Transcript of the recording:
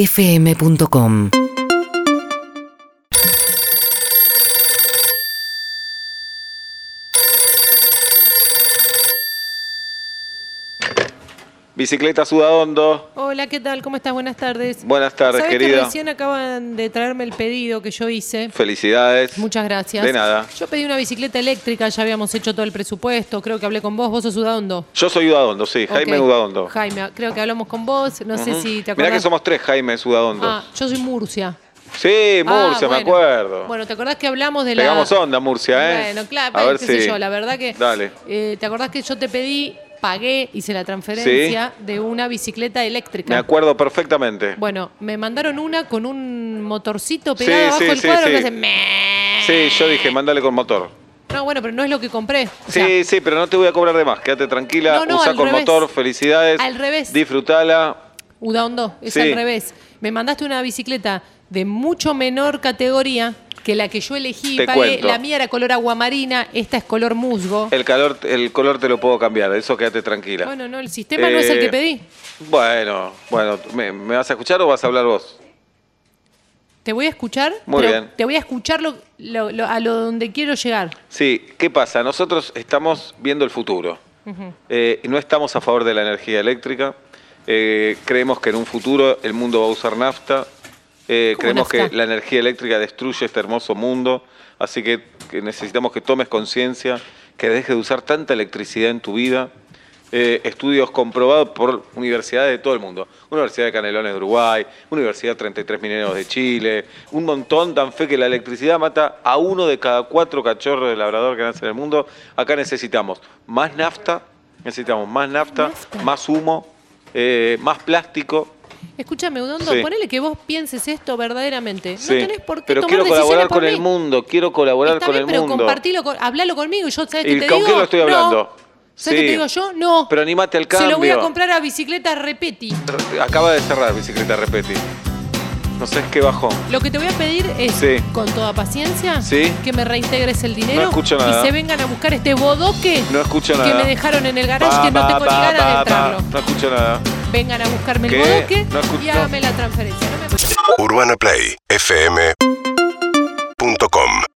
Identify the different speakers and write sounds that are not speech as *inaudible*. Speaker 1: urbanaplayfm.com
Speaker 2: Bicicleta Sudadondo.
Speaker 3: Hola, ¿qué tal? ¿Cómo estás? Buenas tardes.
Speaker 2: Buenas tardes,
Speaker 3: ¿Sabés que
Speaker 2: querida.
Speaker 3: recién acaban de traerme el pedido que yo hice.
Speaker 2: Felicidades.
Speaker 3: Muchas gracias.
Speaker 2: De nada.
Speaker 3: Yo pedí una bicicleta eléctrica, ya habíamos hecho todo el presupuesto, creo que hablé con vos, vos sos Udaondo.
Speaker 2: Yo soy Udadondo, sí, Jaime
Speaker 3: Ok.
Speaker 2: Udadondo.
Speaker 3: Jaime, creo que hablamos con vos, no sé si te acordás.
Speaker 2: Mirá que somos tres Jaime Udadondo.
Speaker 3: Ah, yo soy Murcia.
Speaker 2: Sí,
Speaker 3: Ah,
Speaker 2: Murcia, me
Speaker 3: bueno.
Speaker 2: acuerdo.
Speaker 3: Bueno, ¿te acordás que hablamos de
Speaker 2: Pegamos
Speaker 3: la...
Speaker 2: onda, Murcia, ¿eh?
Speaker 3: Bueno, claro,
Speaker 2: A ver
Speaker 3: qué
Speaker 2: si...
Speaker 3: sé yo, la verdad que...
Speaker 2: Dale.
Speaker 3: eh, ¿Te acordás que yo te pedí, pagué, hice la transferencia de una bicicleta eléctrica?
Speaker 2: Me acuerdo perfectamente.
Speaker 3: Bueno, me mandaron una con un motorcito
Speaker 2: Sí,
Speaker 3: pegado abajo
Speaker 2: sí,
Speaker 3: el
Speaker 2: sí,
Speaker 3: cuadro
Speaker 2: sí.
Speaker 3: que hace meh.
Speaker 2: Sí, yo dije, mándale con motor.
Speaker 3: No, bueno, pero no es lo que compré. O
Speaker 2: Sí,
Speaker 3: sea,
Speaker 2: sí, pero no te voy a cobrar de más. Quédate tranquila,
Speaker 3: No, no,
Speaker 2: usa
Speaker 3: al
Speaker 2: con
Speaker 3: revés.
Speaker 2: motor, felicidades.
Speaker 3: Al revés.
Speaker 2: Disfrutala.
Speaker 3: Udaondo, es
Speaker 2: Sí.
Speaker 3: al revés. Me mandaste una bicicleta de mucho menor categoría que la que yo elegí.
Speaker 2: Te
Speaker 3: pagué.
Speaker 2: cuento. Eh,
Speaker 3: La mía era color aguamarina, esta es color musgo.
Speaker 2: El, calor, el color te lo puedo cambiar, eso quédate tranquila.
Speaker 3: Bueno, no, el sistema no es el
Speaker 2: Eh,
Speaker 3: que pedí.
Speaker 2: Bueno, bueno, ¿me, me vas a escuchar o vas a hablar vos?
Speaker 3: Te voy a escuchar,
Speaker 2: Muy
Speaker 3: pero
Speaker 2: bien.
Speaker 3: te voy a escuchar lo- lo- lo- a lo donde quiero llegar.
Speaker 2: Sí, ¿qué pasa? Nosotros estamos viendo el futuro. Eh, no estamos a favor de la energía eléctrica. Eh, creemos que en un futuro el mundo va a usar nafta. Eh,
Speaker 3: ¿Cómo
Speaker 2: creemos
Speaker 3: nafta?
Speaker 2: que *laughs* la energía eléctrica destruye este hermoso mundo. Así que, que necesitamos que tomes conciencia, que dejes de usar tanta electricidad en tu vida. Eh, estudios comprobados por universidades de todo el mundo. Universidad de Canelones de Uruguay, Universidad 33 Mineros de Chile, un montón dan fe que la electricidad mata a uno de cada cuatro cachorros de labrador que nace en el mundo. Acá necesitamos más nafta, necesitamos más nafta,
Speaker 3: Nafta.
Speaker 2: más humo, eh, más plástico.
Speaker 3: Escúchame, Udondo,
Speaker 2: Sí.
Speaker 3: ponele que vos pienses esto verdaderamente.
Speaker 2: Sí.
Speaker 3: No tenés por qué
Speaker 2: Pero
Speaker 3: tomar
Speaker 2: quiero
Speaker 3: decisiones
Speaker 2: colaborar
Speaker 3: por
Speaker 2: con el
Speaker 3: mí.
Speaker 2: mundo, quiero colaborar
Speaker 3: Está
Speaker 2: con
Speaker 3: bien,
Speaker 2: el
Speaker 3: pero
Speaker 2: mundo.
Speaker 3: compartilo, con- hablalo conmigo. Yo, ¿sabes
Speaker 2: ¿Y
Speaker 3: qué te
Speaker 2: con
Speaker 3: digo?
Speaker 2: quién lo estoy
Speaker 3: No.
Speaker 2: hablando?
Speaker 3: ¿Sabes
Speaker 2: Sí.
Speaker 3: qué te digo yo? No.
Speaker 2: Pero animate al
Speaker 3: Se lo voy a
Speaker 2: cambio.
Speaker 3: comprar a bicicleta Repeti.
Speaker 2: Acaba de cerrar bicicleta Repeti. No sé qué bajón.
Speaker 3: Lo que te voy a pedir es,
Speaker 2: Sí.
Speaker 3: con toda paciencia,
Speaker 2: Sí.
Speaker 3: que me reintegres el dinero
Speaker 2: No escucho nada.
Speaker 3: y se vengan a buscar este bodoque
Speaker 2: No escucho nada.
Speaker 3: que me dejaron en el garage
Speaker 2: Pa,
Speaker 3: que no
Speaker 2: pa,
Speaker 3: tengo
Speaker 2: pa,
Speaker 3: ni ganas de
Speaker 2: pa, pa.
Speaker 3: entrarlo.
Speaker 2: No escucho nada.
Speaker 3: Vengan a buscarme el
Speaker 2: ¿Qué?
Speaker 3: bodoque
Speaker 2: No escucho-
Speaker 3: y hágame la transferencia. No me-
Speaker 4: UrbanaPlayFM.com